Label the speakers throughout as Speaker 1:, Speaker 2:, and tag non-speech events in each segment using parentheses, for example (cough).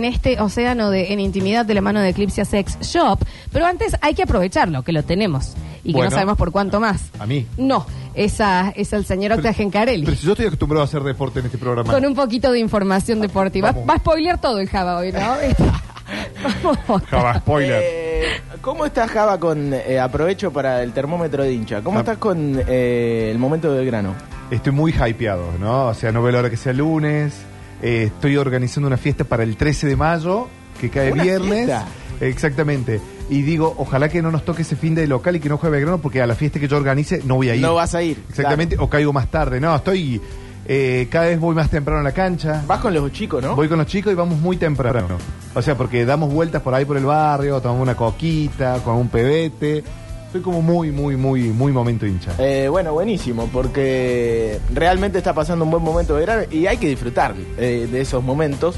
Speaker 1: en este océano de en intimidad de la mano de Eclipse Sex Shop, pero antes hay que aprovecharlo, que lo tenemos y que
Speaker 2: Bueno.
Speaker 1: no sabemos por cuánto más.
Speaker 2: ¿A mí?
Speaker 1: No, esa es el señor Octa Gencarelli.
Speaker 2: Pero si yo estoy acostumbrado a hacer deporte en este programa.
Speaker 1: Con un poquito de información deportiva.
Speaker 2: Vamos.
Speaker 1: Va a spoilear todo el Java
Speaker 2: (laughs)
Speaker 1: hoy, ¿no? Vamos, Octa.
Speaker 2: Java, spoiler.
Speaker 3: (laughs) Eh, ¿Cómo estás, Java, con. eh, aprovecho para el termómetro de hincha. ¿Cómo
Speaker 2: Ah.
Speaker 3: estás con eh, el momento del grano?
Speaker 2: Estoy muy hypeado, ¿no? O sea, no veo la hora que sea lunes. Eh, estoy organizando una fiesta para el 13 de mayo, que cae
Speaker 3: ¿Una
Speaker 2: viernes.
Speaker 3: fiesta?
Speaker 2: Exactamente. Y digo, ojalá que no nos toque ese fin de local y que no juegue Belgrano, porque a la fiesta que yo organice no voy a ir.
Speaker 3: No vas a ir.
Speaker 2: Exactamente, o caigo más tarde. No, estoy. eh, cada vez voy más temprano a la cancha.
Speaker 3: Vas con los chicos, ¿no?
Speaker 2: Voy con los chicos y vamos muy temprano. O sea, porque damos vueltas por ahí por el barrio, tomamos una coquita, con un pebete. Estoy como muy, muy, muy, muy momento hincha.
Speaker 3: Eh, bueno, buenísimo, porque realmente está pasando un buen momento de grano y hay que disfrutar eh, de esos momentos,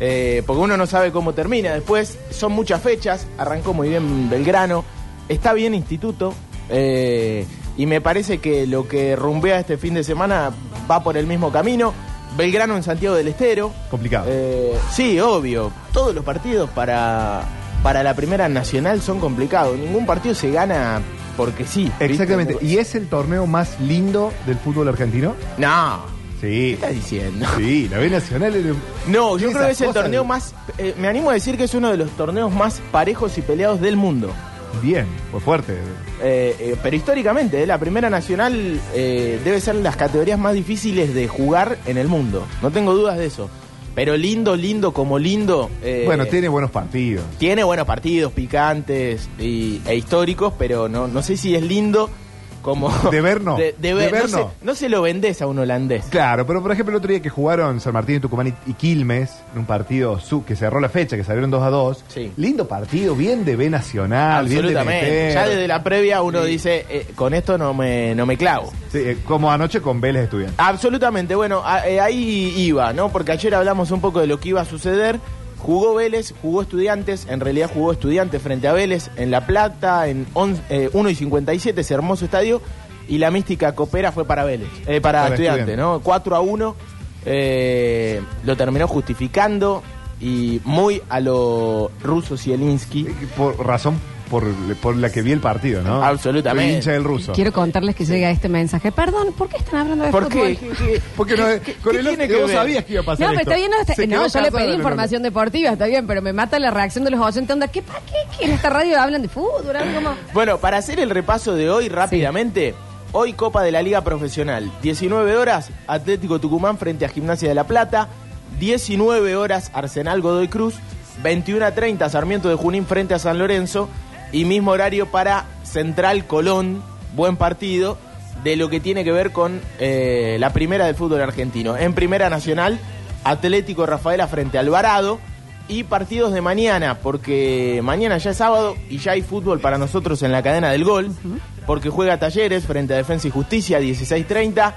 Speaker 3: eh, porque uno no sabe cómo termina. Después son muchas fechas, arrancó muy bien Belgrano, está bien Instituto, eh, y me parece que lo que rumbea este fin de semana va por el mismo camino. Belgrano en Santiago del Estero.
Speaker 2: Complicado.
Speaker 3: Eh, sí, obvio. Todos los partidos para, para la Primera Nacional son complicados. Ningún partido se gana porque sí. ¿viste?
Speaker 2: Exactamente. ¿Y es el torneo más lindo del fútbol argentino?
Speaker 3: No, ¿qué
Speaker 2: Sí.
Speaker 3: estás diciendo?
Speaker 2: Sí, la B Nacional. era-
Speaker 3: No, yo
Speaker 2: Esas
Speaker 3: creo que es el
Speaker 2: cosas
Speaker 3: torneo
Speaker 2: de-
Speaker 3: más. eh, me animo a decir que es uno de los torneos más parejos y peleados del mundo.
Speaker 2: Bien, fue fuerte.
Speaker 3: Eh, eh, pero históricamente, eh, la Primera Nacional eh, debe ser las categorías más difíciles de jugar en el mundo. No tengo dudas de eso. Pero lindo, lindo, como lindo. eh,
Speaker 2: Bueno, tiene buenos partidos.
Speaker 3: Tiene buenos partidos, picantes y- e históricos, pero no, no sé si es lindo como...
Speaker 2: De ver no.
Speaker 3: (laughs) De, de ver,
Speaker 2: De ver
Speaker 3: no.
Speaker 2: no.
Speaker 3: Se, no se lo vendés a un holandés.
Speaker 2: Claro, pero por ejemplo el otro día que jugaron San Martín, Tucumán y, y Quilmes, en un partido su- que cerró la fecha, que salieron 2 a 2.
Speaker 3: Sí.
Speaker 2: Lindo partido, bien de B Nacional, bien de meter.
Speaker 3: Ya desde la previa uno dice, eh, con esto no me, no me clavo.
Speaker 2: Sí, eh, como anoche con Vélez Estudiantes.
Speaker 3: Absolutamente, bueno, a- eh, ahí iba, ¿no? Porque ayer hablamos un poco de lo que iba a suceder. Jugó Vélez, jugó Estudiantes, en realidad jugó Estudiantes frente a Vélez en La Plata, en on- eh, 1 y 57, ese hermoso estadio. Y la mística copera fue para Vélez, eh, para,
Speaker 2: Para
Speaker 3: Estudiantes,
Speaker 2: Estudiantes.
Speaker 3: ¿no? 4 a 1, eh, lo terminó justificando y muy a lo ruso Zielinski.
Speaker 2: Eh, Por razón por, por la que vi el partido, ¿no?
Speaker 3: Absolutamente.
Speaker 2: Soy hincha del ruso.
Speaker 1: Quiero contarles que llega este mensaje. Perdón, ¿por qué están hablando de
Speaker 3: ¿Por
Speaker 1: fútbol?
Speaker 3: qué? ¿Qué-
Speaker 2: Porque no, eh, con
Speaker 3: qué
Speaker 2: el
Speaker 3: tiene
Speaker 2: otro-
Speaker 3: que
Speaker 2: vos
Speaker 3: ver?
Speaker 2: sabías que iba a pasar
Speaker 1: No, pero
Speaker 2: esto.
Speaker 1: está bien, no, está-
Speaker 2: Se
Speaker 1: este- no,
Speaker 2: quedó
Speaker 1: yo le
Speaker 2: casado
Speaker 1: pedí
Speaker 2: en el
Speaker 1: información deportiva, está bien, pero me mata la reacción de los oyentes. Onda, ¿qué para qué? que en esta radio hablan de fútbol? Algo como...
Speaker 3: Bueno, para hacer el repaso de hoy rápidamente, hoy Copa de la Liga Profesional, 19 horas Atlético Tucumán frente a Gimnasia de la Plata, 19 horas Arsenal Godoy Cruz, 21 a 30 Sarmiento de Junín frente a San Lorenzo y mismo horario para Central Colón, buen partido de lo que tiene que ver con eh, la primera del fútbol argentino. En Primera Nacional, Atlético Rafaela frente a Alvarado. Y partidos de mañana, porque mañana ya es sábado y ya hay fútbol para nosotros en la cadena del gol, porque juega Talleres frente a Defensa y Justicia 16:30.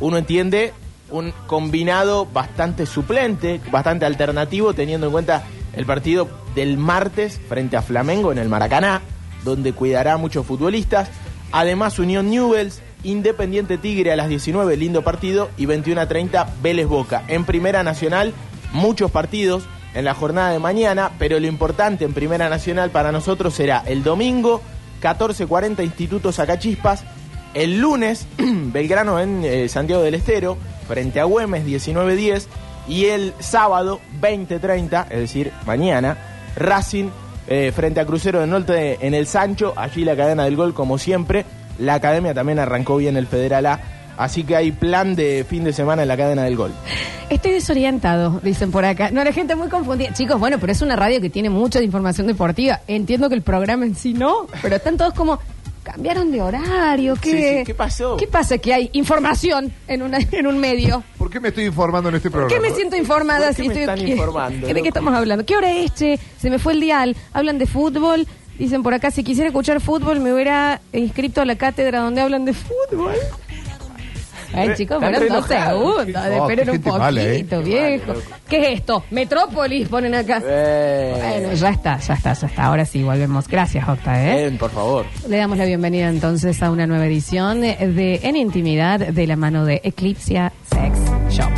Speaker 3: Uno entiende un combinado bastante suplente, bastante alternativo, teniendo en cuenta el partido del martes frente a Flamengo en el Maracaná, donde cuidará a muchos futbolistas. Además, Unión Newells, Independiente Tigre a las 19, lindo partido, y 21 a 30, Vélez Boca. En Primera Nacional, muchos partidos en la jornada de mañana, pero lo importante en Primera Nacional para nosotros será el domingo, 14.40 Instituto Sacachispas, el lunes, (clears throat) Belgrano en eh, Santiago del Estero, frente a Güemes, 19.10, y el sábado, 20.30, es decir, mañana, Racing eh, frente a Crucero del Norte en el Sancho, allí la cadena del gol como siempre, la academia también arrancó bien el Federal A, así que hay plan de fin de semana en la cadena
Speaker 1: (laughs)
Speaker 3: del gol.
Speaker 1: Estoy desorientado, dicen por acá. No, la gente muy confundida. Chicos, bueno, pero es una radio que tiene mucha de información deportiva. Entiendo que el programa en sí no, pero están todos como... Cambiaron de horario, ¿qué,
Speaker 3: Sí, sí, ¿qué pasó?
Speaker 1: ¿Qué pasa que hay información en, una, en un medio?
Speaker 2: ¿Por qué me estoy informando en este
Speaker 1: ¿Por
Speaker 2: programa?
Speaker 1: qué me siento informada
Speaker 3: ¿Por qué
Speaker 1: si
Speaker 3: me
Speaker 1: estoy
Speaker 3: están
Speaker 1: ¿qué-
Speaker 3: informando,
Speaker 1: ¿De qué
Speaker 3: loco?
Speaker 1: estamos hablando? ¿Qué hora es, che? Se me fue el dial. Hablan de fútbol. Dicen por acá, si quisiera escuchar fútbol, me hubiera inscrito a la cátedra donde hablan de fútbol. Ay,
Speaker 3: Re-
Speaker 1: chicos,
Speaker 3: están
Speaker 1: bueno,
Speaker 3: re
Speaker 1: dos
Speaker 3: enojados.
Speaker 1: segundos.
Speaker 2: Oh,
Speaker 1: Esperen
Speaker 2: qué
Speaker 1: un
Speaker 2: gente
Speaker 1: poquito,
Speaker 2: mala, ¿eh?
Speaker 1: viejo.
Speaker 3: Qué mala,
Speaker 1: ¿Qué es esto? Metrópolis, ponen acá.
Speaker 3: Eh.
Speaker 1: Bueno, ya está, ya está, ya está. Ahora sí, volvemos. Gracias, Octa, ¿eh?
Speaker 3: Ven, por favor.
Speaker 1: Le damos la bienvenida entonces a una nueva edición de En Intimidad de la mano de Eclipsia Sex Shop.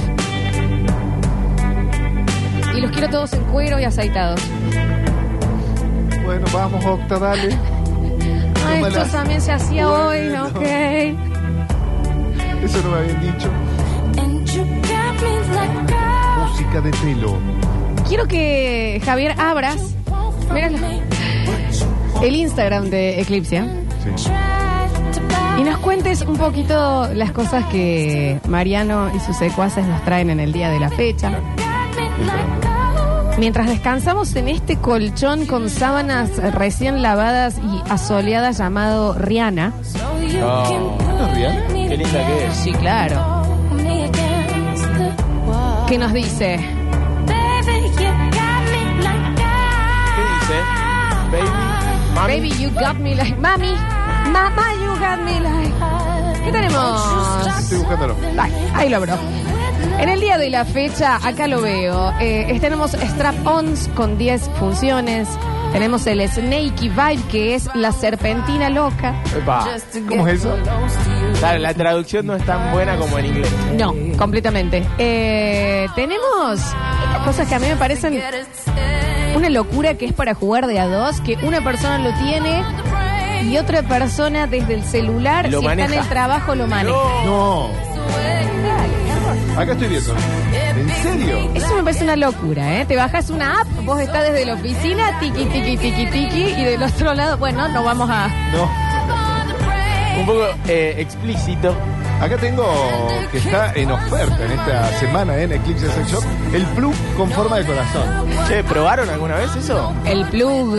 Speaker 1: Y los los quiero todos en cuero y aceitados.
Speaker 2: Bueno, vamos, Octa, dale.
Speaker 1: Ah,
Speaker 2: Tómala.
Speaker 1: esto también se hacía hoy,
Speaker 2: Bueno.
Speaker 1: ok.
Speaker 2: Eso no me habían dicho.
Speaker 4: And you got me like I
Speaker 2: Música de telo.
Speaker 1: Quiero que Javier abras
Speaker 4: won't from
Speaker 1: Míralo.
Speaker 4: me. What you
Speaker 1: el Instagram de Eclipse
Speaker 2: Sí.
Speaker 4: tried to buy.
Speaker 1: y nos cuentes un poquito las cosas que Mariano y sus secuaces nos traen en el día de la fecha.
Speaker 4: Got me like I
Speaker 1: Mientras descansamos en este colchón con sábanas recién lavadas y asoleadas llamado Rihanna.
Speaker 4: So you
Speaker 3: Oh.
Speaker 4: can
Speaker 2: ¿No es real?
Speaker 4: put me
Speaker 3: Qué linda que es.
Speaker 1: Sí, claro.
Speaker 4: down, me against the wall.
Speaker 1: Que nos dice,
Speaker 4: Baby, you got me like
Speaker 3: ¿Qué
Speaker 4: I-
Speaker 3: dice? Baby, mami.
Speaker 1: baby, you got me like... Mami, mamá, you got me like... ¿Qué tenemos?
Speaker 2: Estoy buscándolo.
Speaker 1: Ay, ahí lo abro. En el día de la fecha, acá lo veo, eh, tenemos strap-ons con 10 funciones, tenemos el Snakey Vibe, que es la serpentina loca.
Speaker 3: Epa.
Speaker 2: ¿Cómo es eso?
Speaker 3: Claro, la traducción no es tan buena como en inglés.
Speaker 1: No, completamente. Eh, tenemos estas cosas que a mí me parecen una locura que es para jugar de a dos, que una persona lo tiene y otra persona desde el celular,
Speaker 3: Lo
Speaker 1: si está en
Speaker 3: maneja.
Speaker 1: el trabajo, lo maneja.
Speaker 2: No. Acá estoy viendo. ¿En serio?
Speaker 1: Eso me parece una locura, ¿eh? Te bajas una app, vos estás desde la oficina, tiki, tiki, tiki, tiki, y del otro lado, bueno, no vamos a...
Speaker 2: No.
Speaker 3: Un poco eh, explícito.
Speaker 2: Acá tengo que está en oferta en esta semana en Eclipse Sex Shop el plug con forma de corazón.
Speaker 3: Che, ¿probaron alguna vez eso?
Speaker 1: El plug
Speaker 3: El,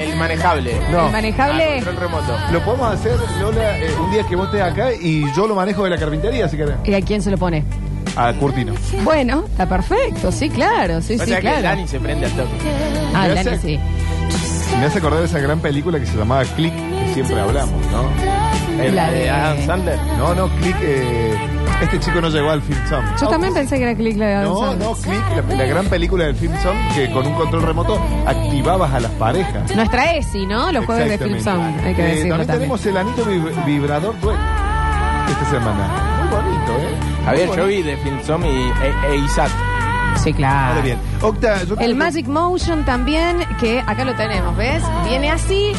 Speaker 1: eh,
Speaker 3: el manejable.
Speaker 2: No.
Speaker 1: el manejable...
Speaker 3: Ah, control remoto.
Speaker 2: Lo podemos hacer, Lola, eh, un día que vos estés acá y yo lo manejo de la carpintería, si querés.
Speaker 1: ¿Y a quién se lo pone?
Speaker 2: A Curtino.
Speaker 1: Bueno, está perfecto, sí, claro, sí,
Speaker 3: o
Speaker 1: sí,
Speaker 3: sea que
Speaker 1: claro.
Speaker 3: Dani se prende al toque.
Speaker 1: Ah,
Speaker 2: Gracias.
Speaker 1: Dani, sí.
Speaker 2: Me hace acordar de esa gran película que se llamaba Click, que siempre hablamos, ¿no?
Speaker 3: El
Speaker 1: La de-
Speaker 3: de Adam Sandler.
Speaker 2: No, no, Click, eh, este chico no llegó al film song.
Speaker 1: Yo también pensé que era click la de Adam
Speaker 2: No,
Speaker 1: Sandler.
Speaker 2: no, Click, la, la gran película del film song que con un control remoto activabas a las parejas.
Speaker 1: Nuestra ESI, ¿no? Los jueves de Flip
Speaker 2: Exactamente.
Speaker 1: Sound, hay que
Speaker 2: Eh,
Speaker 1: decirlo
Speaker 2: también,
Speaker 1: también.
Speaker 2: tenemos el anito vib- vibrador duet esta semana. Muy bonito, ¿eh?
Speaker 3: Javier,
Speaker 2: Muy
Speaker 3: yo
Speaker 2: bonito.
Speaker 3: vi de Filmsom y e, e Isaac.
Speaker 1: Sí,
Speaker 2: Ahora
Speaker 1: claro.
Speaker 2: bien. Octa, yo creo
Speaker 1: El
Speaker 2: que-
Speaker 1: Magic Motion también, que acá lo tenemos, ¿ves? Viene así,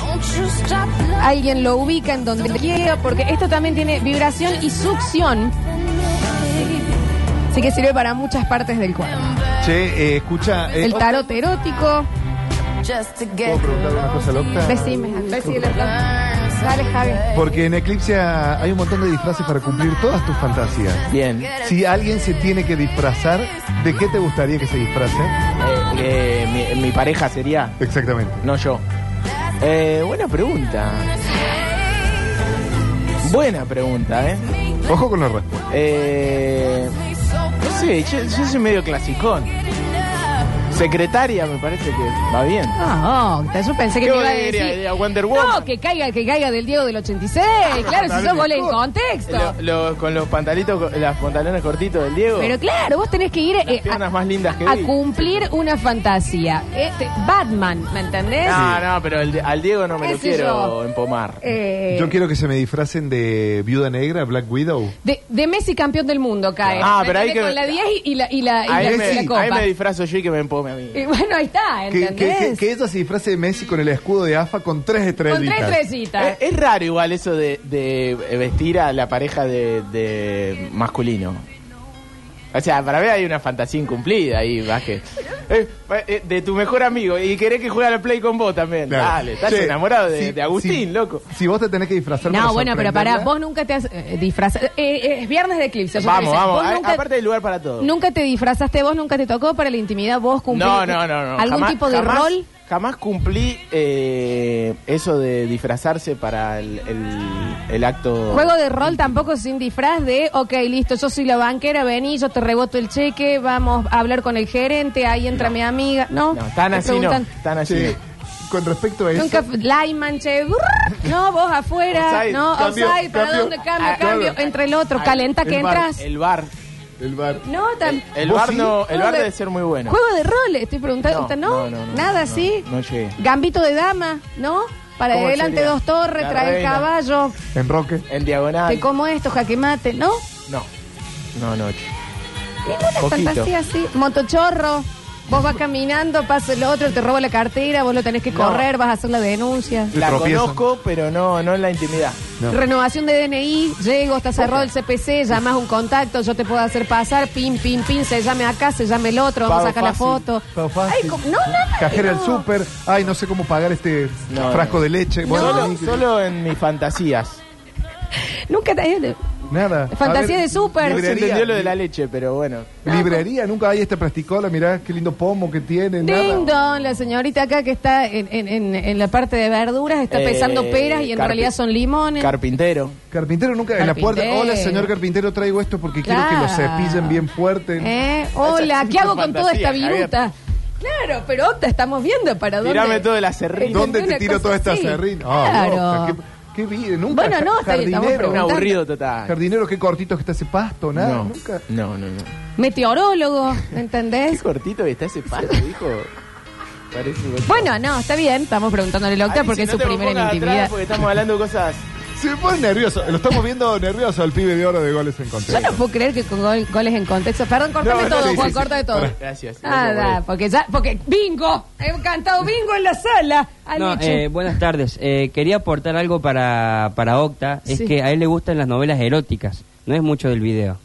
Speaker 1: alguien lo ubica en donde quiera, porque esto también tiene vibración y succión. Así que sirve para muchas partes del cuerpo.
Speaker 2: Che, eh, escucha. eh,
Speaker 1: El
Speaker 2: Octa,
Speaker 1: tarot erótico.
Speaker 2: ¿Puedo preguntar una cosa al Octa?
Speaker 1: Decime, decime. Dale, Javi.
Speaker 2: Porque en Eclipse hay un montón de disfraces para cumplir todas tus fantasías.
Speaker 3: Bien. Eh,
Speaker 2: Si alguien se tiene que disfrazar, ¿de qué te gustaría que se disfrace?
Speaker 3: eh, mi, mi pareja sería,
Speaker 2: Exactamente.
Speaker 3: no yo. Eh, buena pregunta. Buena pregunta, ¿eh?
Speaker 2: Ojo con la respuesta.
Speaker 3: Eh, no sé, yo, yo soy medio clasicón. Secretaria me parece que va bien.
Speaker 1: Ah, Octa, yo pensé que
Speaker 3: ¿Qué
Speaker 1: te iba a
Speaker 3: diría?
Speaker 1: decir.
Speaker 3: Diría Wonder Woman. Ah,
Speaker 1: No, que caiga, que caiga del Diego del 86. Claro, si sos vos en contexto.
Speaker 3: Lo- lo- con los pantalitos, co- las pantalones cortitos del Diego.
Speaker 1: Pero claro, vos tenés que ir
Speaker 3: Las
Speaker 1: eh,
Speaker 3: piernas
Speaker 1: a,
Speaker 3: más lindas que
Speaker 1: a
Speaker 3: vi.
Speaker 1: cumplir una fantasía. Este, Batman, ¿me entendés?
Speaker 3: No, no, pero el- al Diego no me
Speaker 1: ¿Qué
Speaker 3: lo
Speaker 1: sé
Speaker 3: quiero
Speaker 1: yo?
Speaker 3: empomar.
Speaker 1: Eh,
Speaker 2: Yo quiero que se me disfracen de viuda negra, Black Widow.
Speaker 1: de, de Messi campeón del mundo cae.
Speaker 3: Ah,
Speaker 1: ¿Me
Speaker 3: pero ahí
Speaker 1: entendés? Con
Speaker 3: que-
Speaker 1: la 10 y, y la, y la, y la-
Speaker 3: Ahí
Speaker 1: y
Speaker 3: me,
Speaker 1: la
Speaker 3: ahí
Speaker 1: copa. Eh,
Speaker 3: me disfrazo yo y que me empome a mí. Eh,
Speaker 1: Y bueno, ahí está,
Speaker 2: Que,
Speaker 1: ¿entendés?
Speaker 2: que- que- que ella se disfrace de Messi con el escudo de AFA con tres estrellitas.
Speaker 1: Con tres estrellitas.
Speaker 3: Eh, es raro igual eso de, de, eh, vestir a la pareja de, de masculino. O sea, para mí hay una fantasía incumplida ahí, Vázquez. Eh, eh, de tu mejor amigo y querés que juegue a la play con vos también.
Speaker 2: Claro.
Speaker 3: Dale, estás
Speaker 2: Che,
Speaker 3: enamorado de,
Speaker 2: si-
Speaker 3: de Agustín,
Speaker 2: si-
Speaker 3: loco.
Speaker 2: Si vos te tenés que disfrazar para
Speaker 1: No, bueno, pero pará,
Speaker 2: sorprenderla,
Speaker 1: vos nunca te has eh, disfrazado. Eh, eh, viernes de eclipse. yo te
Speaker 3: Vamos,
Speaker 1: aviso.
Speaker 3: vamos. ah,
Speaker 1: Vos
Speaker 3: Hay-
Speaker 1: nunca,
Speaker 3: Aparte hay lugar para todo.
Speaker 1: nunca te disfrazaste, vos nunca te tocó para la intimidad, vos cumplir
Speaker 3: No, no, no, no.
Speaker 1: algún
Speaker 3: Jamás-
Speaker 1: tipo de
Speaker 3: jamás-
Speaker 1: rol.
Speaker 3: Jamás cumplí eh, eso de disfrazarse para el, el- el acto.
Speaker 1: Juego de rol tampoco sin disfraz de, ok, listo, yo soy la banquera, vení, yo te reboto el cheque, vamos a hablar con el gerente, ahí entra mi amiga. No,
Speaker 3: No, tan
Speaker 1: Te
Speaker 3: así no.
Speaker 1: preguntan,
Speaker 3: Tan así.
Speaker 2: che,
Speaker 3: no.
Speaker 2: con respecto a eso.
Speaker 1: Nunca, Lyman, che, brrr, no, vos afuera,
Speaker 3: Offside,
Speaker 1: no,
Speaker 2: cambio,
Speaker 1: outside, ¿para
Speaker 2: cambio.
Speaker 1: dónde cambio,
Speaker 3: Ah,
Speaker 1: cambio?
Speaker 3: claro.
Speaker 1: Entre el otro,
Speaker 3: Ah,
Speaker 1: calenta que
Speaker 2: el bar,
Speaker 1: entras.
Speaker 3: El bar.
Speaker 2: El bar.
Speaker 1: No, tan...
Speaker 3: El
Speaker 2: ¿Vos
Speaker 3: bar
Speaker 2: sí?
Speaker 3: no, el
Speaker 1: Juego
Speaker 3: bar
Speaker 1: de-
Speaker 3: debe ser muy bueno.
Speaker 1: Juego de rol, estoy preguntando,
Speaker 3: No,
Speaker 1: ¿usted ¿no?
Speaker 3: no, no, no,
Speaker 1: Nada
Speaker 3: no,
Speaker 1: así.
Speaker 3: no llegué.
Speaker 1: Gambito de dama, ¿no? Para
Speaker 3: ¿Cómo
Speaker 1: adelante
Speaker 3: sería?
Speaker 1: dos torres,
Speaker 3: La
Speaker 1: trae el
Speaker 3: reina.
Speaker 1: caballo,
Speaker 2: Enroque.
Speaker 3: En diagonal.
Speaker 1: te como esto, jaque mate, ¿no?
Speaker 3: No. No, no. che.
Speaker 1: Ninguna
Speaker 3: Poquito.
Speaker 1: fantasía así. Motochorro. Vos vas caminando, pasa el otro, te roba la cartera, vos lo tenés que
Speaker 3: No.
Speaker 1: correr, vas a hacer la denuncia.
Speaker 2: Te
Speaker 3: La
Speaker 2: tropiezan.
Speaker 3: conozco, pero no, no en la intimidad.
Speaker 2: No.
Speaker 1: Renovación de DNI, llego, está cerrado el CPC, llamas a un contacto, yo te puedo hacer pasar, pim, pim, pim, se llame acá, se llame el otro, vamos a
Speaker 3: Pago
Speaker 1: sacar
Speaker 3: fácil,
Speaker 1: la foto.
Speaker 2: pago fácil.
Speaker 1: Ay, ¿cómo? no, nada.
Speaker 2: Cajera al
Speaker 1: no.
Speaker 2: súper. Ay, no sé cómo pagar este
Speaker 3: No,
Speaker 2: frasco
Speaker 3: no.
Speaker 2: de leche. Bueno,
Speaker 3: Solo,
Speaker 2: ni-
Speaker 3: solo en mis fantasías.
Speaker 1: Nunca te...
Speaker 2: nada.
Speaker 1: Fantasía
Speaker 2: A ver,
Speaker 1: de súper.
Speaker 3: No se
Speaker 2: librería,
Speaker 3: entendió lo de
Speaker 2: li-
Speaker 3: la leche, pero bueno.
Speaker 2: Librería, nunca hay esta plasticola. Mirá qué lindo pomo que tiene.
Speaker 1: Ding
Speaker 2: Nada.
Speaker 1: dong, la señorita acá que está en, en- en- en la parte de verduras está
Speaker 3: Eh,
Speaker 1: pesando peras y en
Speaker 3: carpi-
Speaker 1: realidad son limones.
Speaker 3: Carpintero.
Speaker 2: Carpintero nunca en la puerta.
Speaker 1: Carpintero.
Speaker 2: Hola, señor carpintero, traigo esto porque quiero que lo
Speaker 1: Claro.
Speaker 2: cepillen bien fuerte.
Speaker 1: Eh, Hola,
Speaker 3: Esa
Speaker 1: ¿qué hago con
Speaker 3: fantasía,
Speaker 1: toda esta
Speaker 3: Javier.
Speaker 1: viruta? Claro, pero te estamos viendo para dónde.
Speaker 3: Tirame todo el acerrín.
Speaker 2: ¿Dónde te
Speaker 1: Una
Speaker 2: tiro
Speaker 1: cosa
Speaker 2: toda
Speaker 3: este
Speaker 1: así.
Speaker 2: esta serrín?
Speaker 3: Ah,
Speaker 2: Ah,
Speaker 1: claro.
Speaker 2: qué, qué vida, nunca.
Speaker 1: Bueno, no, está bien, estamos
Speaker 3: Un
Speaker 1: preguntando.
Speaker 3: aburrido total.
Speaker 2: Jardinero, qué cortito que está ese pasto, nada,
Speaker 3: no,
Speaker 2: nunca.
Speaker 3: no, no, no.
Speaker 1: Meteorólogo, ¿entendés?
Speaker 3: (laughs) Qué cortito que está ese palo, hijo. Parece
Speaker 1: bueno, no, está bien, estamos preguntándole al
Speaker 3: Alicia,
Speaker 1: doctor porque es
Speaker 3: no
Speaker 1: su
Speaker 3: te
Speaker 1: primera
Speaker 3: pongas atrás pues,
Speaker 1: intimidad.
Speaker 3: Porque estamos hablando de cosas.
Speaker 2: Se pone nervioso. Lo estamos viendo nervioso al pibe de oro de goles en
Speaker 1: Yo no
Speaker 2: contexto.
Speaker 1: puedo creer que con gol- goles en contexto. Perdón, cortame
Speaker 2: No, no,
Speaker 1: todo,
Speaker 2: sí,
Speaker 1: Juan,
Speaker 2: sí,
Speaker 1: corta de
Speaker 2: sí.
Speaker 1: todo.
Speaker 2: Pará.
Speaker 3: Gracias.
Speaker 1: Nada, porque ya, porque bingo, he cantado bingo en la sala. Al
Speaker 5: No,
Speaker 1: hecho.
Speaker 5: eh, buenas tardes. Eh, quería aportar algo para, para Octa. Es
Speaker 1: Sí.
Speaker 5: que a él le gustan las novelas eróticas. No es mucho del video.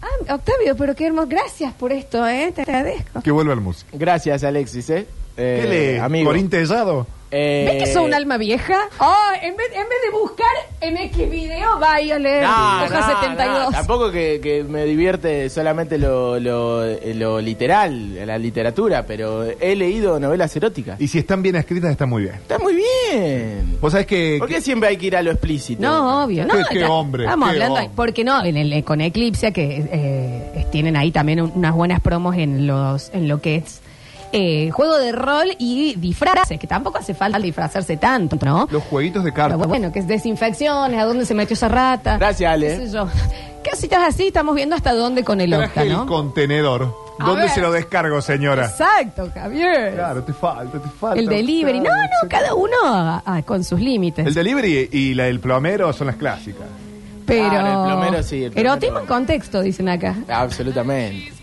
Speaker 1: Ah, Octavio, pero qué hermoso. Gracias por esto, ¿eh? Te agradezco.
Speaker 2: Que vuelva al músico.
Speaker 3: Gracias, Alexis, ¿eh? Eh,
Speaker 2: ¿Qué le?
Speaker 3: Amigo.
Speaker 2: ¿Corín Tellado?
Speaker 3: Eh,
Speaker 1: ¿Ves que sos un alma vieja? Oh, en vez, en vez de buscar en X video, vaya a leer
Speaker 3: No,
Speaker 1: hoja
Speaker 3: no,
Speaker 1: 72.
Speaker 3: no, tampoco que, que me divierte solamente lo, lo, eh, lo literal, la literatura, pero he leído novelas eróticas.
Speaker 2: Y si están bien escritas, está muy bien.
Speaker 3: Está muy bien.
Speaker 2: Vos sabés que.
Speaker 3: ¿Por qué siempre hay que ir a lo explícito?
Speaker 1: No, obvio. No,
Speaker 2: Qué- qué
Speaker 1: ya-
Speaker 2: hombre,
Speaker 1: Estamos
Speaker 2: qué
Speaker 1: hablando,
Speaker 2: hombre.
Speaker 1: porque no, en el, con Eclipse, que eh, tienen ahí también un- unas buenas promos en, los, en lo que es eh, juego de rol y disfraces, que tampoco hace falta disfrazarse tanto, ¿no?
Speaker 2: Los jueguitos de
Speaker 1: Pero
Speaker 2: cartas.
Speaker 1: bueno, que es desinfecciones, a dónde se metió esa rata.
Speaker 3: Gracias, Ale.
Speaker 1: Qué sé yo. (laughs) Casitas así, estamos viendo hasta dónde con el
Speaker 2: Traje
Speaker 1: octa,
Speaker 2: el
Speaker 1: ¿no?
Speaker 2: contenedor.
Speaker 1: A
Speaker 2: ¿Dónde
Speaker 1: ver.
Speaker 2: se lo descargo, señora?
Speaker 1: Exacto, Javier.
Speaker 2: Claro, te falta, te falta.
Speaker 1: El delivery. No,
Speaker 2: Claro,
Speaker 1: no,
Speaker 2: exacto.
Speaker 1: cada uno ah, ah, con sus límites.
Speaker 2: El delivery y la del plomero son las clásicas.
Speaker 1: Pero.
Speaker 2: Ah,
Speaker 3: Claro, el plomero sí, el plomero.
Speaker 1: Erotismo en contexto, dicen acá.
Speaker 3: Absolutamente.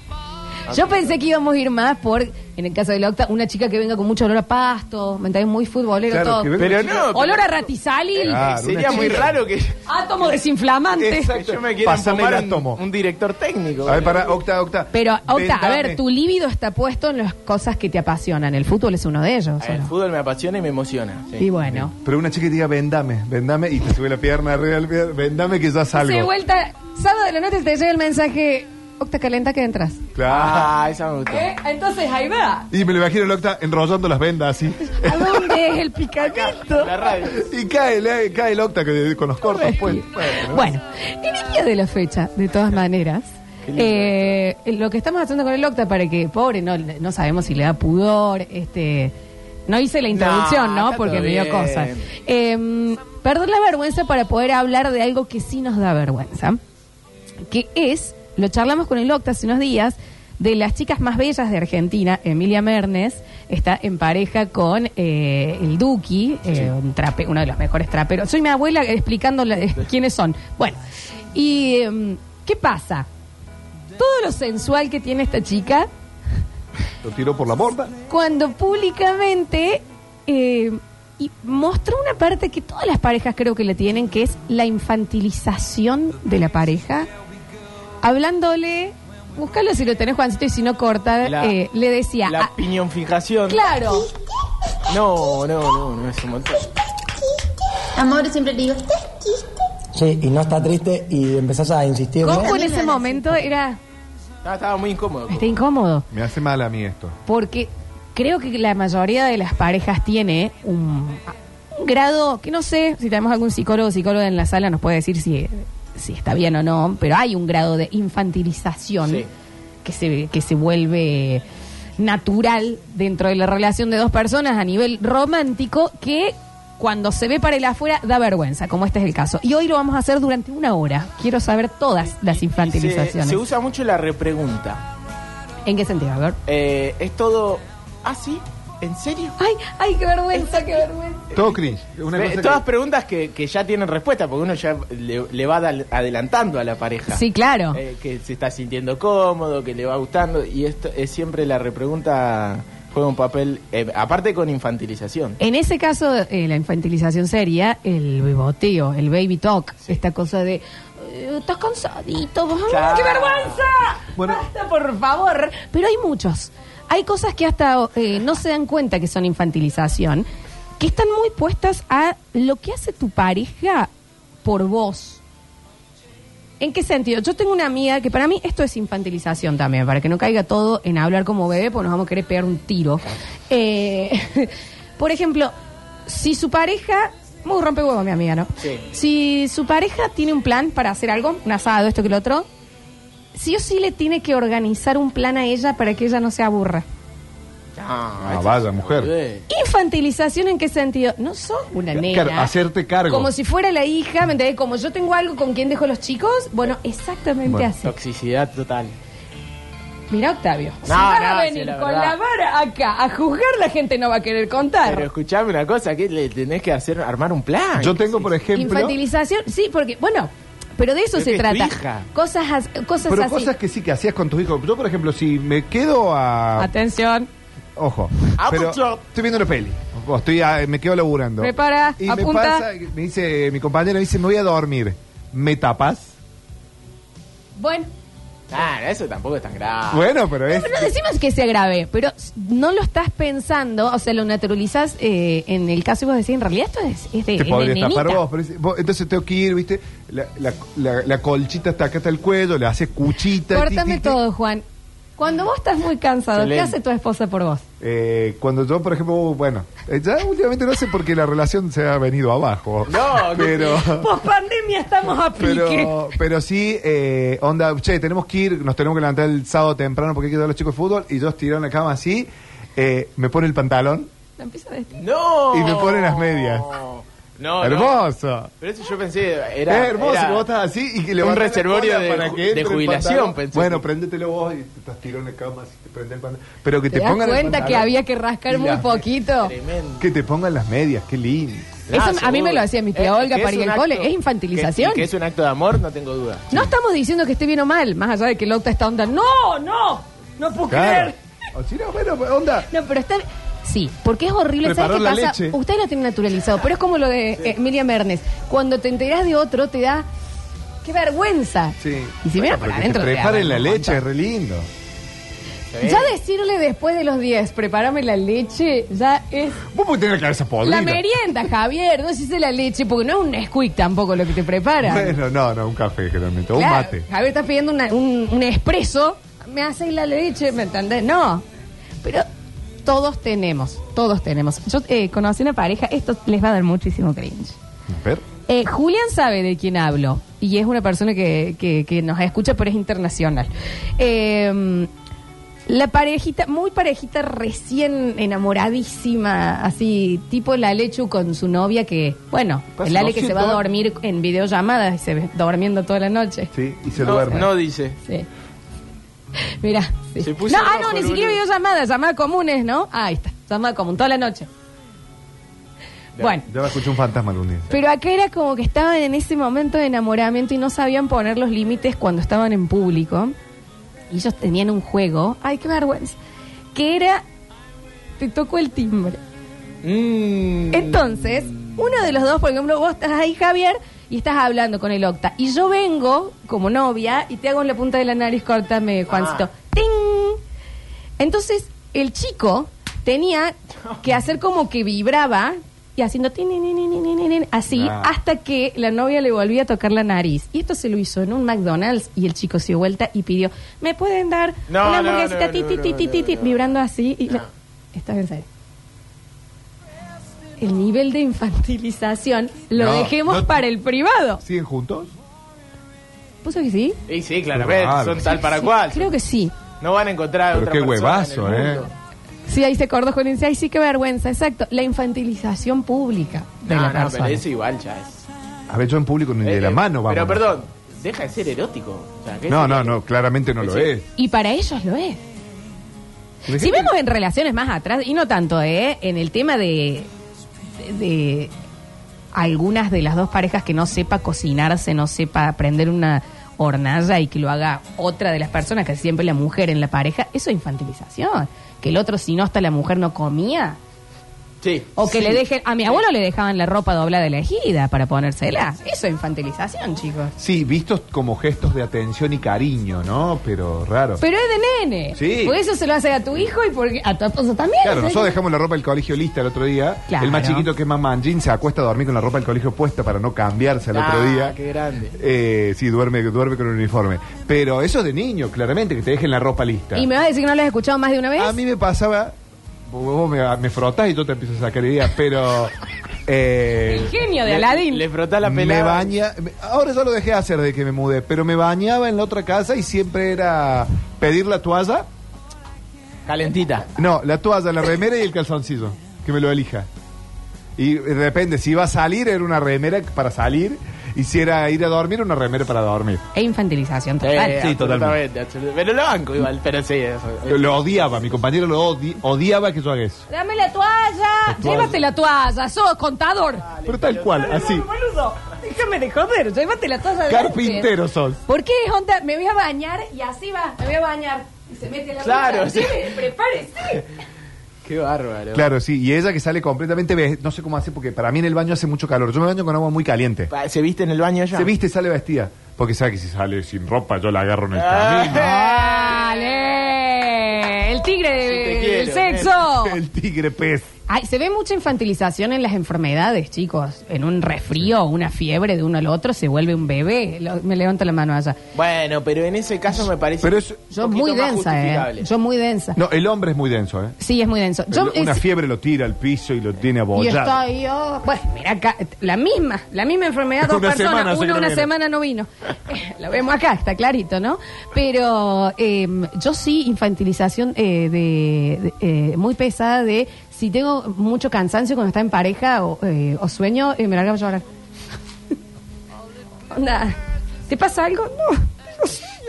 Speaker 1: Yo pensé que íbamos a ir más por, en el caso de la Octa, una chica que venga con mucho olor a pasto, ¿me entendés? Muy futbolero
Speaker 2: Claro,
Speaker 1: todo.
Speaker 2: que venga
Speaker 3: Pero no.
Speaker 1: Olor a ratizalil,
Speaker 2: Claro. una
Speaker 3: Sería muy
Speaker 2: chica.
Speaker 3: raro que
Speaker 1: átomo desinflamante.
Speaker 3: que yo me quiera
Speaker 2: Pásame el
Speaker 3: fumar un,
Speaker 2: átomo.
Speaker 3: un director técnico.
Speaker 2: A ver, para, Octa, Octa.
Speaker 1: Pero, Octa, a
Speaker 2: Vendame.
Speaker 1: ver, tu líbido está puesto en las cosas que te apasionan. El fútbol es uno de ellos. ¿o
Speaker 3: Ah, El
Speaker 1: no?
Speaker 3: fútbol me apasiona y me emociona. sí.
Speaker 1: Y bueno.
Speaker 2: Pero una chica que diga, vendame, vendame, y te sube la pierna arriba del pie, vendame que ya salgo.
Speaker 1: Se vuelta, sábado de la noche te llega el mensaje, Octa calenta que entras.
Speaker 2: Claro.
Speaker 3: Ah, esa me gustó.
Speaker 1: ¿Eh? Entonces ahí va.
Speaker 2: Y me lo imagino el Octa enrollando las vendas así.
Speaker 1: ¿A dónde es el picadito?
Speaker 3: La radio.
Speaker 2: y cae, le- cae el Octa que- con los cortos pues.
Speaker 1: Bueno, en el día de la fecha, de todas maneras, eh, lo que estamos haciendo con el Octa para que, pobre, no, no sabemos si le da pudor, este. No hice la introducción,
Speaker 3: No,
Speaker 1: ¿no?
Speaker 3: está
Speaker 1: Porque
Speaker 3: todo
Speaker 1: me dio
Speaker 3: bien.
Speaker 1: cosas. Eh, perder la vergüenza para poder hablar de algo que sí nos da vergüenza. Que es, lo charlamos con el Octa hace unos días, de las chicas más bellas de Argentina, Emilia Mernes, está en pareja con eh, el Duki, eh, un trape- uno de los mejores traperos. Soy mi abuela explicando la- (laughs) quiénes son. Bueno, ¿y em, qué pasa? Todo lo sensual que tiene esta chica
Speaker 2: Lo tiró por la borda.
Speaker 1: cuando públicamente eh, y mostró una parte que todas las parejas creo que le tienen, que es la infantilización de la pareja, hablándole, búscalo si lo tenés Juancito y si no corta,
Speaker 3: La-
Speaker 1: eh, le decía,
Speaker 3: La
Speaker 1: "Ah,
Speaker 3: opinión fijación.
Speaker 1: claro,
Speaker 3: No, no, no, no es un montón.
Speaker 6: Amor, siempre le digo, ¿estás triste?
Speaker 7: Sí, y no está triste y empezás a insistir. ¿no?
Speaker 1: Coco en ese momento era,
Speaker 3: Estaba, estaba muy incómodo.
Speaker 1: está incómodo,
Speaker 2: Me hace mal a mí esto.
Speaker 1: porque creo que la mayoría de las parejas tiene un, un grado, que no sé, si tenemos algún psicólogo o psicóloga en la sala nos puede decir si, si está bien o no, pero hay un grado de infantilización
Speaker 3: Sí.
Speaker 1: que, se, que se vuelve natural dentro de la relación de dos personas a nivel romántico que cuando se ve para el afuera da vergüenza, como este es el caso. Y hoy lo vamos a hacer durante una hora. Quiero saber todas las
Speaker 3: Se,
Speaker 1: infantilizaciones.
Speaker 3: se usa mucho la repregunta.
Speaker 1: ¿En qué sentido? A ver.
Speaker 3: Eh, es todo así. ¿En serio?
Speaker 1: Ay, ay, qué vergüenza, qué vergüenza.
Speaker 2: Todo cringe. Una
Speaker 3: Ve,
Speaker 2: cosa que-
Speaker 3: todas preguntas que, que ya tienen respuesta, porque uno ya le, le va dal- adelantando a la pareja.
Speaker 1: Sí, claro.
Speaker 3: Eh, que se está sintiendo cómodo, que le va gustando. Y esto es siempre la repregunta juega un papel, eh, aparte con infantilización.
Speaker 1: En ese caso, eh, la infantilización sería el beboteo, el baby talk, esta cosa de "Eh, estás cansadito, vos, ¡ah,
Speaker 3: Claro.
Speaker 1: qué vergüenza.
Speaker 2: Bueno.
Speaker 1: Basta, por favor. Pero hay muchos. Hay cosas que hasta eh, no se dan cuenta que son infantilización, que están muy puestas a lo que hace tu pareja por vos. ¿En qué sentido? Yo tengo una amiga que para mí esto es infantilización también, para que no caiga todo en hablar como bebé, pues nos vamos a querer pegar un tiro. Eh, (laughs) por ejemplo, si su pareja, muy rompehuevo mi amiga, ¿no?
Speaker 3: Sí.
Speaker 1: Si su pareja tiene un plan para hacer algo, un asado, esto que lo otro, sí o sí le tiene que organizar un plan a ella para que ella no se aburra.
Speaker 3: Ah,
Speaker 2: Ah, vaya, mujer.
Speaker 3: eh,
Speaker 1: Infantilización en qué sentido? No sos una
Speaker 2: Claro,
Speaker 1: nena.
Speaker 2: hacerte cargo.
Speaker 1: Como si fuera la hija, ¿me entendés? Como yo tengo algo con quien dejo los chicos, bueno, exactamente
Speaker 2: Bueno.
Speaker 1: así.
Speaker 3: Toxicidad total.
Speaker 1: Mira, Octavio, si
Speaker 3: No,
Speaker 1: vas
Speaker 3: no,
Speaker 1: a
Speaker 3: sí,
Speaker 1: venir
Speaker 3: la
Speaker 1: con
Speaker 3: verdad.
Speaker 1: la vara acá a juzgar, la gente no va a querer contar.
Speaker 3: Pero escuchame una cosa, que le tenés que hacer armar un plan.
Speaker 2: Yo tengo, por ejemplo.
Speaker 1: Infantilización, sí, porque, bueno, pero de eso
Speaker 3: Pero
Speaker 1: se
Speaker 3: que es tu
Speaker 1: trata.
Speaker 3: hija.
Speaker 1: Cosas, as- cosas
Speaker 2: Pero
Speaker 1: así.
Speaker 2: cosas que sí que hacías con tus hijos. Yo, por ejemplo, si me quedo a.
Speaker 1: Ah, Atención,
Speaker 2: Ojo.
Speaker 3: Ah,
Speaker 2: Pero
Speaker 3: yo-
Speaker 2: estoy viendo una peli. O estoy a- me quedo laburando.
Speaker 1: Prepara,
Speaker 2: y me
Speaker 1: apunta.
Speaker 2: pasa, me dice, mi compañero me dice, me voy a dormir. ¿Me tapas?
Speaker 1: bueno.
Speaker 3: Ah, eso tampoco es tan grave.
Speaker 2: Bueno, pero es.
Speaker 1: Pero no decimos que sea grave, pero no lo estás pensando, o sea, lo naturalizás eh, en el caso que vos decís, en realidad esto es, es de,
Speaker 2: Te
Speaker 1: es de
Speaker 2: podría
Speaker 1: nenita.
Speaker 2: tapar vos, pero es- vos- Entonces tengo que ir, ¿viste? La, la- la- la colchita está acá hasta el cuello, le haces cuchita. ti, ti,
Speaker 1: Córtame
Speaker 2: ti.
Speaker 1: todo, Juan. Cuando vos estás muy cansado, ¿qué
Speaker 3: Excelente.
Speaker 1: hace tu esposa por vos?
Speaker 2: Eh, cuando yo, por ejemplo, uh, bueno, eh, ya últimamente no sé porque la relación se ha venido abajo.
Speaker 3: No,
Speaker 2: (laughs)
Speaker 3: que- (laughs)
Speaker 2: pero.
Speaker 1: Post pandemia estamos a pique.
Speaker 2: Pero, pero sí, eh, onda, che, tenemos que ir, nos tenemos que levantar el sábado temprano porque hay que dar a los chicos de fútbol. Y yo estirado en la cama así, eh, me pone el pantalón.
Speaker 1: La empieza a dest-
Speaker 3: No.
Speaker 2: Y me ponen las medias.
Speaker 3: No, Oh, no.
Speaker 2: Hermoso.
Speaker 3: Pero eso yo pensé, era.
Speaker 2: es hermoso
Speaker 3: era-
Speaker 2: que vos estás así y que le
Speaker 3: un
Speaker 2: vas a dar la
Speaker 3: reservorio
Speaker 2: cola
Speaker 3: de ju- de
Speaker 2: entre el
Speaker 3: jubilación,
Speaker 2: pantalón.
Speaker 3: pensé.
Speaker 2: Bueno, préndetelo vos y te estás tirado en la cama así, te prende el pantalón. Pero que
Speaker 1: ¿Te
Speaker 2: te,
Speaker 1: das
Speaker 2: pongan el
Speaker 1: cuenta que
Speaker 2: pantalón.
Speaker 1: había que rascar
Speaker 2: Y
Speaker 1: muy
Speaker 2: las-
Speaker 1: poquito?
Speaker 3: Tremendo.
Speaker 2: Que te pongan las medias, qué lindo.
Speaker 1: Eso a mí
Speaker 3: seguro.
Speaker 1: me lo hacía mi tía
Speaker 3: Eh,
Speaker 1: Olga
Speaker 3: que
Speaker 1: para
Speaker 3: es
Speaker 1: ir
Speaker 3: un
Speaker 1: al cole.
Speaker 3: acto-
Speaker 1: Es infantilización.
Speaker 3: Que, que es un acto de amor, no tengo duda.
Speaker 1: No estamos diciendo que esté bien o mal, más allá de que Locta está onda. ¡No, no! ¡No puedo
Speaker 2: Claro.
Speaker 1: creer!
Speaker 2: O si no, bueno, pues, onda.
Speaker 1: No, pero está. Sí, porque es horrible. ¿Sabes
Speaker 2: Preparó
Speaker 1: qué
Speaker 2: la
Speaker 1: pasa?
Speaker 2: leche.
Speaker 1: Usted lo tiene naturalizado, pero es como lo de eh, Emilia Mernes. Cuando te enterás de otro, te da. ¡Qué vergüenza!
Speaker 2: Sí.
Speaker 1: Y si mira
Speaker 2: Bueno,
Speaker 1: para
Speaker 2: pero que te
Speaker 1: adentro. te
Speaker 2: preparen
Speaker 1: da
Speaker 2: la
Speaker 1: un
Speaker 2: leche, es
Speaker 1: montón.
Speaker 2: re lindo.
Speaker 1: Ya decirle después de los 10, prepárame la leche, ya es.
Speaker 2: Vos podés tener la cabeza podrida.
Speaker 1: La merienda, Javier, no se la leche, porque no es un squeak tampoco lo que te prepara.
Speaker 2: Bueno, no, no, un café generalmente, o un
Speaker 1: Claro,
Speaker 2: mate.
Speaker 1: Javier está pidiendo una- un, un expreso, me haces la leche, ¿me entendés? No. Pero todos tenemos, todos tenemos. Yo eh, conocí una pareja, esto les va a dar muchísimo cringe.
Speaker 2: Pero,
Speaker 1: Eh, Julián sabe de quién hablo y es una persona que, que- que nos escucha, pero es internacional. Eh, la parejita, muy parejita, recién enamoradísima, así, tipo la Lechu con su novia que, bueno,
Speaker 2: Pasa,
Speaker 1: el Ale
Speaker 2: no
Speaker 1: que se
Speaker 2: siento-
Speaker 1: va a dormir en videollamadas y se ve durmiendo toda la noche.
Speaker 2: sí, y se
Speaker 3: No,
Speaker 2: duerme.
Speaker 3: no dice.
Speaker 1: Sí. Mira, sí.
Speaker 3: Se puso
Speaker 1: No, ah,
Speaker 3: rojo
Speaker 1: no,
Speaker 3: el
Speaker 1: ni siquiera
Speaker 3: boludo.
Speaker 1: videollamadas, llamadas comunes, ¿no? Ah, ahí está, llamada común, toda la noche. Bueno.
Speaker 2: Yo la escuché un fantasma algún día.
Speaker 1: Pero acá era como que estaban en ese momento de enamoramiento y no sabían poner los límites cuando estaban en público. Y ellos tenían un juego, ay, qué vergüenza, que era, te tocó el timbre.
Speaker 3: Mm.
Speaker 1: Entonces, uno de los dos, por ejemplo, vos estás ahí, Javier, y estás hablando con el Octa. Y yo vengo como novia y te hago en la punta de la nariz, cortame, Juancito.
Speaker 3: Ah.
Speaker 1: ¡Ting! Entonces, el chico tenía que hacer como que vibraba y haciendo tin, nin, nin, nin, nin, nin, así
Speaker 2: Ah.
Speaker 1: hasta que la novia le volvía a tocar la nariz. Y esto se lo hizo en un McDonald's y el chico se dio vuelta y pidió, ¿me pueden dar
Speaker 3: No,
Speaker 1: una
Speaker 3: no,
Speaker 1: hamburguesita
Speaker 3: no,
Speaker 1: ti,
Speaker 3: no,
Speaker 1: ti,
Speaker 3: no,
Speaker 1: ti, ti,
Speaker 3: no,
Speaker 1: ti, ti",
Speaker 3: no. Ah.
Speaker 1: vibrando así? Y la-
Speaker 3: No.
Speaker 1: Estás en serio. El nivel de infantilización lo
Speaker 2: No,
Speaker 1: dejemos
Speaker 2: no-
Speaker 1: para el privado.
Speaker 2: ¿Siguen juntos?
Speaker 1: ¿Puso que sí?
Speaker 3: Y sí, claramente,
Speaker 2: Claro.
Speaker 3: son tal para
Speaker 1: Sí,
Speaker 3: cual.
Speaker 1: Creo que sí.
Speaker 3: No van a encontrar
Speaker 2: Pero
Speaker 3: otra
Speaker 2: qué
Speaker 3: persona
Speaker 2: huevazo,
Speaker 3: en el
Speaker 2: ¿eh?
Speaker 3: mundo.
Speaker 1: Sí, ahí se acordó Juan y dice, ay, sí, qué vergüenza. Exacto, la infantilización pública de
Speaker 3: Ah, No,
Speaker 1: la
Speaker 3: no, pero
Speaker 1: persona.
Speaker 3: eso igual ya es.
Speaker 2: A ver, yo en público ni de
Speaker 3: Eh,
Speaker 2: la mano, vamos.
Speaker 3: Pero perdón, deja de ser erótico. O sea, ¿qué
Speaker 2: No,
Speaker 3: es
Speaker 2: no,
Speaker 3: erótico?
Speaker 2: no, claramente no lo
Speaker 3: Sí.
Speaker 2: es.
Speaker 1: Y para ellos lo es.
Speaker 2: ¿De
Speaker 1: Si
Speaker 2: qué?
Speaker 1: vemos en relaciones más atrás, y no tanto, ¿eh? En el tema de, de algunas de las dos parejas que no sepa cocinarse, no sepa prender una hornalla y que lo haga otra de las personas, que siempre la mujer en la pareja, eso es infantilización. Que el otro, si no hasta la mujer, no comía.
Speaker 3: Sí.
Speaker 1: O que
Speaker 3: Sí.
Speaker 1: le dejen, a mi abuelo le dejaban la ropa doblada de la ejida para ponérsela. Eso es infantilización, chicos.
Speaker 2: Sí, vistos como gestos de atención y cariño, ¿no? Pero raro.
Speaker 1: Pero es de nene.
Speaker 2: Sí.
Speaker 1: Por eso se lo hace a tu hijo y porque a tu esposo también.
Speaker 2: Claro,
Speaker 1: O sea,
Speaker 2: nosotros dejamos la ropa del colegio lista el otro día.
Speaker 1: Claro.
Speaker 2: El más chiquito que es más manjín se acuesta a dormir con la ropa del colegio puesta para no cambiarse al otro
Speaker 3: Ah,
Speaker 2: día.
Speaker 3: qué grande.
Speaker 2: Eh, sí, duerme, duerme con el uniforme. Pero eso es de niño, claramente, que te dejen la ropa lista.
Speaker 1: ¿Y me vas a decir que no lo has escuchado más de una vez?
Speaker 2: A mí me pasaba. Vos vos me, me frotás y yo te empiezo a sacar ideas,
Speaker 3: (laughs)
Speaker 2: pero. eh,
Speaker 1: El genio de
Speaker 3: Le-
Speaker 1: Aladín.
Speaker 3: Le frotás la
Speaker 2: Me
Speaker 3: pelada.
Speaker 2: baña. me- Ahora yo lo dejé de hacer de que me mudé, pero me bañaba en la otra casa y siempre era pedir la toalla.
Speaker 3: Calentita.
Speaker 2: No, la toalla, la remera y el calzoncillo. Que me lo elija. Y de repente, si iba a salir, era una remera para salir. Y si era ir a dormir, una remera para dormir.
Speaker 1: Es e infantilización total.
Speaker 3: Eh,
Speaker 2: Sí, totalmente.
Speaker 3: absolutamente, absolutamente. Pero lo banco igual, pero sí. eso.
Speaker 2: Lo, lo odiaba, mi compañero lo odi- odiaba que yo haga eso.
Speaker 1: Dame la toalla. Llévate la toalla. Sos contador.
Speaker 2: Pero tal cual, así.
Speaker 1: Boludo, déjame de joder. Llévate la toalla. adelante.
Speaker 2: Carpintero sos.
Speaker 1: ¿Por qué, onda? Me voy a bañar y así va. Me voy a bañar. Y se mete la
Speaker 3: Claro,
Speaker 1: toalla.
Speaker 3: sí.
Speaker 1: Lleve, Prepárese.
Speaker 3: Qué bárbaro.
Speaker 2: Claro, sí. Y ella que sale completamente, ve- no sé cómo hace, porque para mí en el baño hace mucho calor. Yo me baño con agua muy caliente.
Speaker 3: Pa- ¿Se viste en el baño ya?
Speaker 2: Se viste y sale vestida. Porque sabe que si sale sin ropa, yo la agarro en el
Speaker 3: Ah.
Speaker 2: camino.
Speaker 1: Dale. El tigre
Speaker 3: Sí,
Speaker 1: de-
Speaker 3: te
Speaker 1: del
Speaker 3: quiero,
Speaker 1: sexo.
Speaker 2: El tigre pez.
Speaker 1: Ay, se ve mucha infantilización en las enfermedades, chicos. En un resfrío, una fiebre de uno al otro, se vuelve un bebé. Lo- me levanto la mano allá.
Speaker 3: Bueno, pero en ese caso me parece.
Speaker 2: Pero es-
Speaker 1: Yo
Speaker 3: un
Speaker 1: muy
Speaker 3: poquito más
Speaker 1: densa,
Speaker 3: justificable.
Speaker 1: eh. Yo muy densa.
Speaker 2: No, el hombre es muy denso, ¿eh?
Speaker 1: Sí, es muy denso. Yo,
Speaker 2: El- una
Speaker 1: es-
Speaker 2: fiebre lo tira al piso y lo tiene
Speaker 1: y
Speaker 2: abollado.
Speaker 1: estoy yo. Bueno, mira acá, la misma, la misma enfermedad, dos
Speaker 2: Una
Speaker 1: personas,
Speaker 2: semana hace que
Speaker 1: uno
Speaker 2: no
Speaker 1: una
Speaker 2: viene.
Speaker 1: semana no vino. (laughs) Eh, Lo vemos acá, está clarito, ¿no? Pero eh, yo sí, infantilización eh, de, de- eh, muy pesada de si tengo mucho cansancio cuando está en pareja o, eh, o sueño, eh, me largo a llorar. (laughs) Onda, ¿te pasa algo? No. (laughs)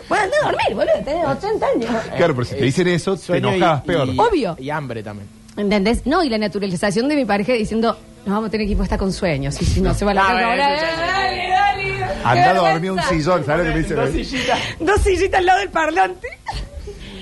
Speaker 1: Bueno, anda a dormir, boludo, tenés 80 años.
Speaker 2: Claro, pero si te dicen eso, te
Speaker 3: Sueño y-
Speaker 2: enojas
Speaker 3: y-
Speaker 2: peor.
Speaker 1: Obvio.
Speaker 3: Y hambre también.
Speaker 1: ¿Entendés? No, y la naturalización de mi pareja diciendo, no vamos a tener que ir puesta con sueños, y si no se va a la
Speaker 3: Ah,
Speaker 1: cama,
Speaker 3: bueno,
Speaker 1: dale,
Speaker 3: eso ya-
Speaker 1: dale, dale,
Speaker 2: Andá a
Speaker 1: qué
Speaker 2: dormir un
Speaker 1: vergüenza.
Speaker 2: sillón, ¿sabes lo que me dicen?
Speaker 3: Dos sillitas.
Speaker 1: Dos sillitas al lado del parlante.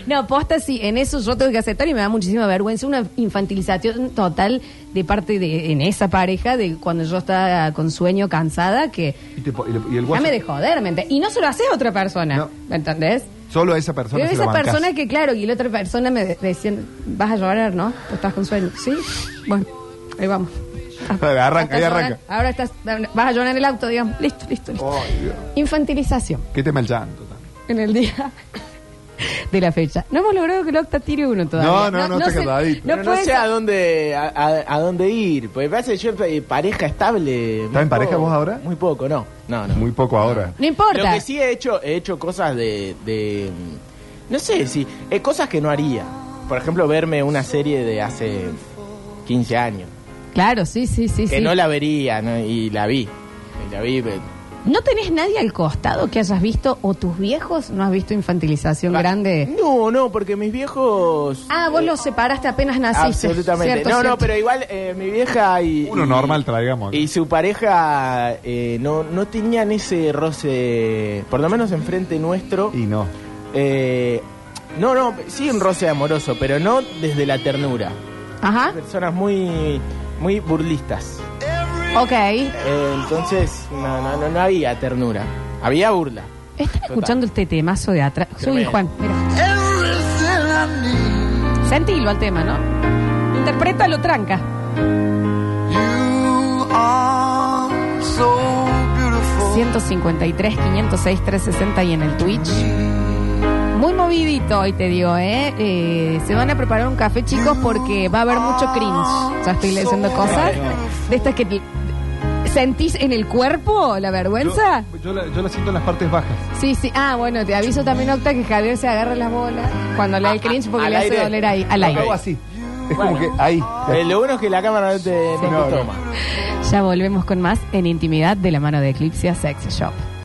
Speaker 1: No, posta sí, en eso yo tengo que aceptar y me da muchísima vergüenza una infantilización total de parte de, en esa pareja, de cuando yo estaba con sueño cansada, que
Speaker 2: Y, te po- y lo- y el guaso-
Speaker 1: dame de joder, ¿me ente- Y no se lo haces a otra persona,
Speaker 2: No.
Speaker 1: ¿me entendés?
Speaker 2: Solo a esa persona
Speaker 1: Pero
Speaker 2: se la
Speaker 1: esa
Speaker 2: bancás.
Speaker 1: persona que, claro, y la otra persona me de- decían, vas a llorar, ¿no? Pues Estás con sueño. Sí, bueno, ahí vamos.
Speaker 2: Dale, arranca, (laughs) ahí
Speaker 1: Vas a
Speaker 2: arranca.
Speaker 1: llorar, Ahora estás, vas a llorar en el auto, digamos. Listo, listo, listo.
Speaker 2: Ay, Dios.
Speaker 1: Infantilización
Speaker 2: Qué tema el llanto. también.
Speaker 1: en el día de la fecha. No hemos logrado que el octa tire uno todavía.
Speaker 2: No, no, no, está
Speaker 1: se-
Speaker 2: quedadito.
Speaker 1: No
Speaker 3: Pero no
Speaker 1: puede
Speaker 3: sé a
Speaker 1: ser.
Speaker 3: dónde, a, a- a dónde ir. Porque parece que yo eh, pareja estable.
Speaker 2: ¿Estás
Speaker 3: muy
Speaker 2: en pareja
Speaker 3: poco.
Speaker 2: vos ahora?
Speaker 3: Muy poco, no. No, no.
Speaker 2: Muy poco ahora.
Speaker 1: No importa.
Speaker 3: Lo que sí he hecho, he hecho cosas de. de, mm, no sé, sí. eh, cosas que no haría. Por ejemplo, verme una serie de hace 15 años.
Speaker 1: Claro, sí, sí, sí.
Speaker 3: Que
Speaker 1: sí.
Speaker 3: no la vería, ¿no? y la vi. Y la vi. eh. pero-
Speaker 1: ¿No tenés nadie al costado que hayas visto o tus viejos no has visto infantilización grande?
Speaker 3: No, no, porque mis viejos.
Speaker 2: Mm.
Speaker 1: Ah, vos
Speaker 3: eh,
Speaker 1: los separaste apenas naciste.
Speaker 3: Absolutamente.
Speaker 1: Cierto,
Speaker 3: no, no,
Speaker 1: cierto.
Speaker 3: pero igual eh, mi vieja y.
Speaker 2: Uno
Speaker 3: y-
Speaker 2: normal traigamos.
Speaker 3: Y su pareja eh, no, no tenían ese roce, por lo menos enfrente nuestro.
Speaker 2: Y no.
Speaker 3: Eh, no, no, sí un roce amoroso, pero no desde la ternura.
Speaker 1: Ajá,
Speaker 3: Personas muy muy burlistas.
Speaker 1: ok.
Speaker 3: Eh, entonces, no, no, no, no había ternura. Había burla.
Speaker 1: Están escuchando este temazo de atrás. Subí,
Speaker 3: Tremendo.
Speaker 1: Juan, mira. Sentilo al tema, ¿no? Interprétalo, tranca. ...153-506-360 y en el Twitch. Muy movidito hoy, te digo, ¿eh? Eh, Se van a preparar un café, chicos, porque va a haber mucho cringe. Ya estoy leyendo cosas. De estas que... te- ¿Sentís en el cuerpo la vergüenza?
Speaker 2: Yo, yo la, yo la siento en las partes bajas.
Speaker 1: Sí, sí. Ah, bueno, te aviso también, Octa, que Javier se agarra las bolas cuando le da el cringe porque
Speaker 3: Ah, al
Speaker 1: le hace
Speaker 3: aire.
Speaker 1: doler ahí, al aire.
Speaker 2: Hago así. Es como que ahí.
Speaker 3: Eh, lo bueno es que la cámara no te, no te
Speaker 2: No, no.
Speaker 3: toma.
Speaker 1: Ya volvemos con más en Intimidad de la mano de Eclipse Sex Shop.